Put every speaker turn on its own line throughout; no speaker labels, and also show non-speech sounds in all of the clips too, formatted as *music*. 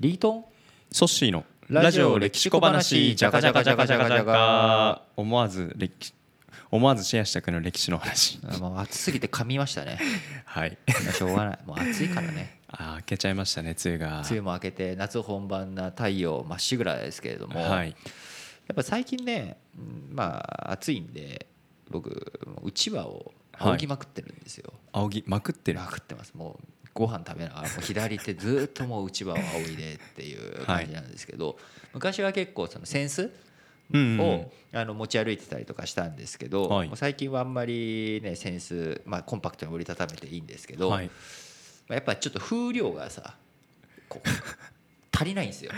リートン
ソッシーの
ラ
ラ
ジ
ジ
オ
オ
歴
歴
史
史
小
小
話
話
じ
じ
ゃ
ゃ
か
か
じ
じ
ゃ
ゃ
かじ
かじ
ゃ
ゃ
か
か
じ
じ
ゃかじゃ
ゃかじゃ
か
か思わず歴思わずシェアしたくなる歴史
*laughs*
の話
あもう暑すぎて噛みましたね
はい
*laughs* しょうがないもう暑いからね
あー開けちゃいましたね梅雨が
梅雨も明けて夏本番な太陽まっしぐらですけれども、
はい
やっぱ最近ねうんまあ暑いんで僕もううちわを
はい
仰ぎまくってるんですよ、
仰ぎまくってる
まくってますもうご飯食べながらもう左手ずっともううちわを仰いでっていう感じなんですけど、昔は結構その扇子
うんうん
をあの持ち歩いてたりとかしたんですけど、
はい
もう最近はあんまりねセンス、まあ、コンパクトに折りたためていいんですけど、
はい
まあやっぱちょっと風量がさこう *laughs* 足りないんですよ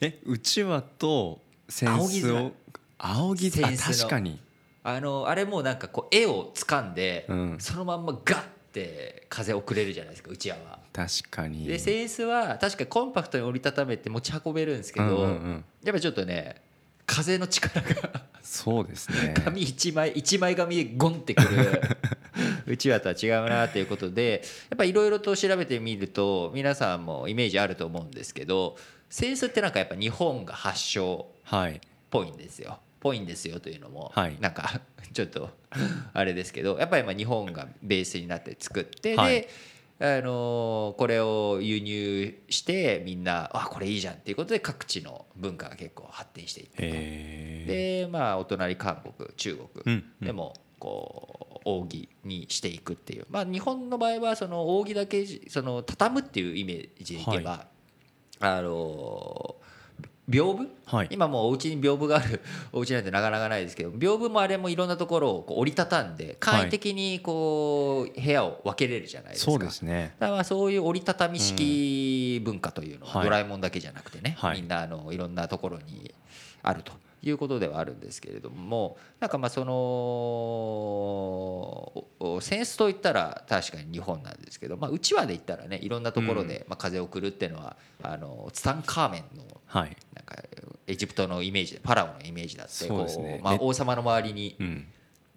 えうちわと扇
仰ぎ
子
づらい
を仰ぎづらいあ
扇子の
確かに
あのあれもうなんかこう絵を掴んで、
うん
そのまんまガッて風送れるじゃないですかうちわは。
確かに
でセンスは確かにコンパクトに折りたためて持ち運べるんですけど、
うんうんうん
やっぱちょっとね風の力が
そうです
*laughs*
ね
紙一枚一枚紙でゴンってく
*laughs*
るうちわとは違うなということでやっぱいろいろと調べてみると皆さんもイメージあると思うんですけどセンスってなんかやっぱ日本が発祥
はい
ぽいんですよぽいんですよというのも、
はい
なんか *laughs* ちょっとあれですけどやっぱりまあ日本がベースになって作って、
はい
で、あのーこれを輸入してみんなあこれいいじゃんっていうことで各地の文化が結構発展していって、
え
でまあお隣韓国中
う
国
んうん
でもこう扇にしていくっていう、まあ、日本の場合はその扇だけじその畳むっていうイメージでいけば、あのー屏風
はい
今もうお家に屏風がある *laughs* お家なんてなかなかないですけど屏風もあれもいろんなところをこう折りたたんで簡易的にこう部屋を分けれるじゃないですか。
そうですね
だからまあそういう折りたたみ式文化というの
は
はいドラえもんだけじゃなくてね、
はい
みんなあのいろんなところにあるということではあるんですけれどもなんかまあそのおおセンスといったら確かに日本なんですけど、まあ、うちわで言ったらねいろんなところでまあ風を送るっていうのはあのツタンカーメンの
はい
なんかエジプトのイメージでパラオのイメージだって
そうですね
こうまあ、
ね
王様の周りに
うん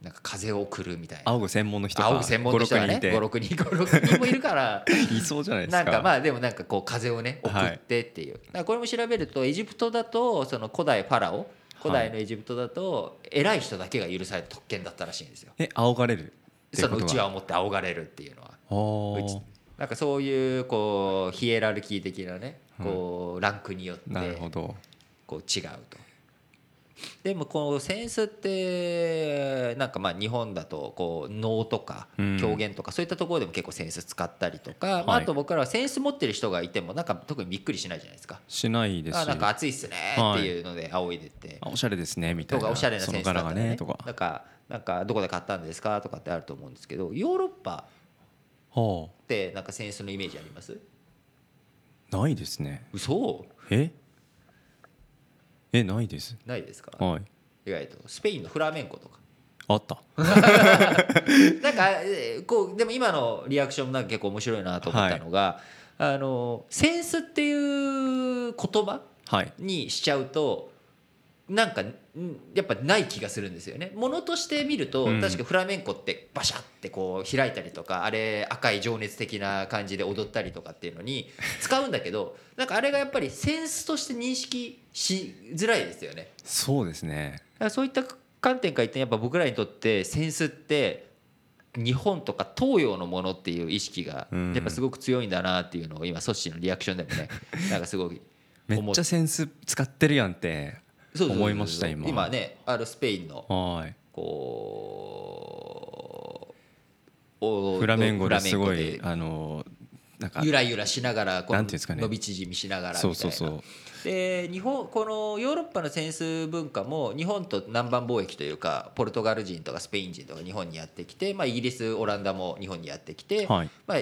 なんか風を送るみたいな。
仰ぐ専門の人が
青専門の人がね
56人い
56人56人もいるから
てい *laughs* そうじゃないです
な
か
んかまあでもなんかこう風をね送
はい
ってっていう、だからこれも調べるとエジプトだとその古代ファラオ古代のエジプトだと偉い人だけが許される特権だったらしいんですよ
え仰がれるって
そ
こと
のう
は
ちわを持って仰がれるっていうのは
あー
うちなんかそういうこうヒエラルキー的なねこうランクによって
なるほど
こう違うと。でもこのセンスってなんかまあ日本だとこう能とか
うん
狂言とかそういったところでも結構センス使ったりとか、まあ、あ
はい
と僕らはセンス持ってる人がいてもなんか特にびっくりしないじゃないですか。
しないです
あ
し
なんか暑いっすねっていうので仰いでって、
あおしゃれですねみた
と
い
か
な
おしゃれな
そ
セ
の
ンスだった
柄
ら
が
ね
ねとか
なんかなんかどこで買ったんですかとかってあると思うんですけどヨーロッパ
は
ってなんかセンスのイメージあります
あないですね
嘘
ええないです
ないですか
はい
意外とスペインのフラメンコとか
あった
なんかえーこうでも今のリアクションもなんか結構面白いなと思ったのが、あのセンスっていう言葉
はい
にしちゃうとなんかんやっぱない気がするんですよね。ものとして見ると、
うん
確かフラメンコってバシャってこう開いたりとかあれ赤い情熱的な感じで踊ったりとかっていうのに使うんだけどなんかあれがやっぱりセンスとして認識しづらいですよね。
そうですね
だからそういった観点から言ってやっぱ僕らにとってセンスって日本とか東洋のものっていう意識が
うん
やっぱすごく強いんだなっていうのを今ソッシーのリアクションでも
*laughs*
ねなんかすごい
めっちゃセンス使ってるやんって
そうそうそうそう
思いました今
今ねあるスペインの
はい
こうお
フラメンゴです
フラメン
ご
コ
いあのなんか
ゆらゆらしながらこ
なんていうんですかね
伸び縮みしながらみたい
そ
な
うそうそう
で日本このヨーロッパの扇子文化も日本と南蛮貿易というかポルトガル人とかスペイン人とか日本にやってきて、まあ、イギリスオランダも日本にやってきて、
はい
まあ、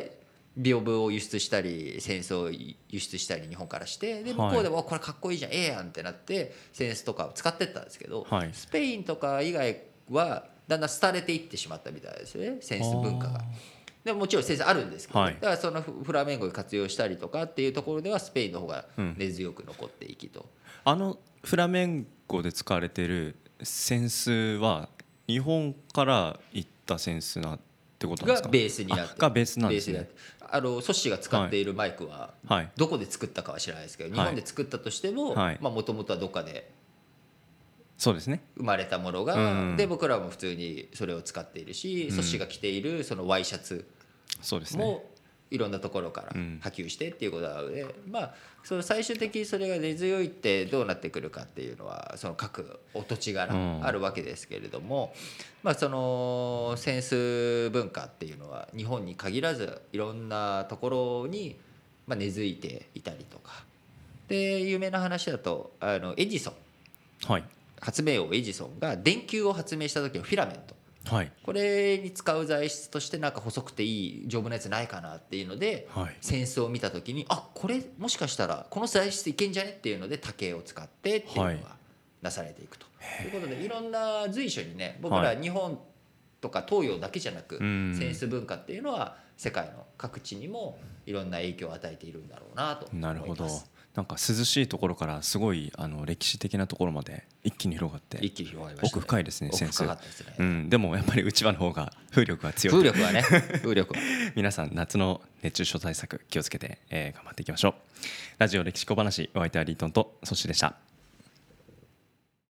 屏風を輸出したり扇子を輸出したり日本からしてで向こうでも、わこれかっこいいじゃんええやんってなって扇子とかを使ってったんですけど、
はい
スペインとか以外はだんだん廃れていってしまったみたいですね扇子文化が。でももちろん先生あるんですけどね、
はい
だからそのフフラメンゴに活用したりとかっていうところではスペインの方が
うん
根強く残っていきと、
あのフラメンコで使われてるセンスは日本から行ったセンスなってことなんで
が
すか
ベースになって
あがベースなんです
ベー
ね
スになってあのソッシーが使っているマイクは
はい
どこで作ったかは知らないですけど日
はい
本で作ったとしても
はい
もともとはどっかで
そうですね
生まれたもの
う
が
ん
で僕らも普通にそれを使っているし
うん
ソッシーが着ているそのワイシャツ
そうですね
もいろんなところから
うん
波及してっていうことなのでまあその最終的にそれが根強いってどうなってくるかっていうのはその各お土地柄
うん
あるわけですけれどもまあそのセンス文化っていうのは日本に限らずいろんなところにまあ根付いていたりとかで有名な話だとあのエジソン
はい
発明王エジソンが電球を発明した時のフィラメント
はい
これに使う材質としてなんか細くていい丈夫なやつないかなっていうので
はい
扇子を見た時にあこれもしかしたらこの材質いけんじゃねっていうので竹を使ってっていうの
はい
がなされていくと。ということでいろんな随所にね僕
は
ら
い
日本とか東洋だけじゃなく
うん
センス文化っていうのは世界の各地にもいろんな影響を与えているんだろうなと思います。
なるほどなんか涼しいところからすごいあの歴史的なところまで一気に広がって
一気に広がりました、
奥深いですね
奥
センス
深かったですね
うん、でもやっぱりうちわの方が風力が強い
風力は
*laughs*
ね風力は
皆さん夏の熱中症対策気をつけて、えー頑張っていきましょうラジオ歴史小話お相手はリートンとソッシーでした